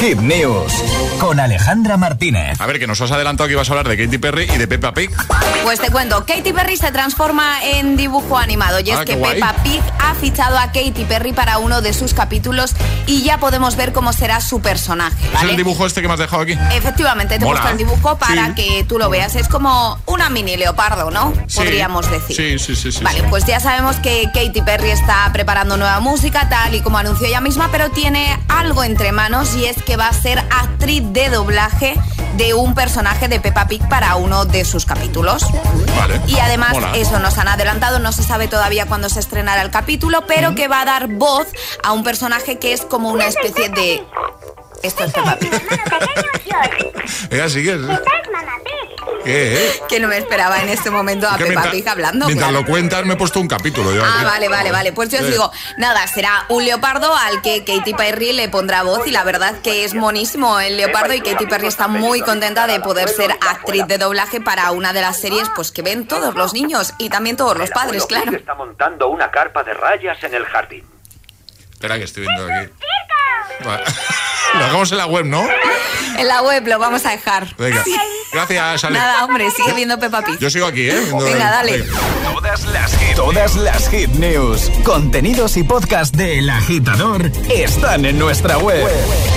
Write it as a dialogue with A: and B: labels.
A: Hit News con Alejandra Martínez.
B: A ver, que nos has adelantado que ibas a hablar de Katy Perry y de Peppa Pig.
C: Pues te cuento, Katy Perry se transforma en dibujo animado y es
B: Ah, qué
C: que
B: guay.
C: Peppa Pig ha fichado a Katy Perry para uno de sus capítulos y ya podemos ver cómo será su personaje,
B: ¿Es el
C: ¿vale?
B: dibujo este que me has dejado aquí?
C: Efectivamente, te he
B: Mola.
C: puesto el dibujo para
B: Sí.
C: que tú lo veas. Es como una mini leopardo, ¿no?
B: Sí.
C: Podríamos decir.
B: Sí, sí, sí, sí.
C: Vale,
B: sí.
C: pues ya sabemos que Katy Perry está preparando nueva música, tal y como anunció ella misma, pero tiene algo entre manos y es que va a ser actriz de doblaje de un personaje de Peppa Pig para uno de sus capítulos.
B: Vale.
C: Y además,
B: Mola.
C: eso nos han adelantado, no se sabe todavía cuándo se estrenará el capítulo, pero que va a dar voz a un personaje que es como una especie de... Esto es Peppa Pig.
B: Eh, así que- ¿Qué? eh?
C: Que no me esperaba en este momento a
B: Que
C: Peppa
B: mientras-
C: Pig hablando.
B: Mientras
C: claro.
B: lo cuentas, me he puesto un capítulo. yo
C: Ah,
B: aquí.
C: vale, vale, vale. Pues yo os
B: Eh,
C: digo, nada, será un leopardo al que Katy Perry le pondrá voz y la verdad que es monísimo el leopardo y Katy Perry está muy contenta de poder ser actriz de doblaje para una de las series pues que ven todos los niños y también todos los
D: El
C: padres,
D: abuelo Pig
C: claro.
D: Está montando una carpa de rayas en el jardín.
B: Espera, que estoy viendo aquí. Vale. Lo hagamos en la web, ¿no?
C: En la web lo vamos a dejar.
B: Venga. Gracias, Ale.
C: Nada, hombre, sigue viendo Peppa Pig.
B: Yo sigo aquí, ¿eh? Viendo-
C: Venga, dale.
A: Todas las hit, todas las hit news, contenidos y podcast de El Agitador están en nuestra web.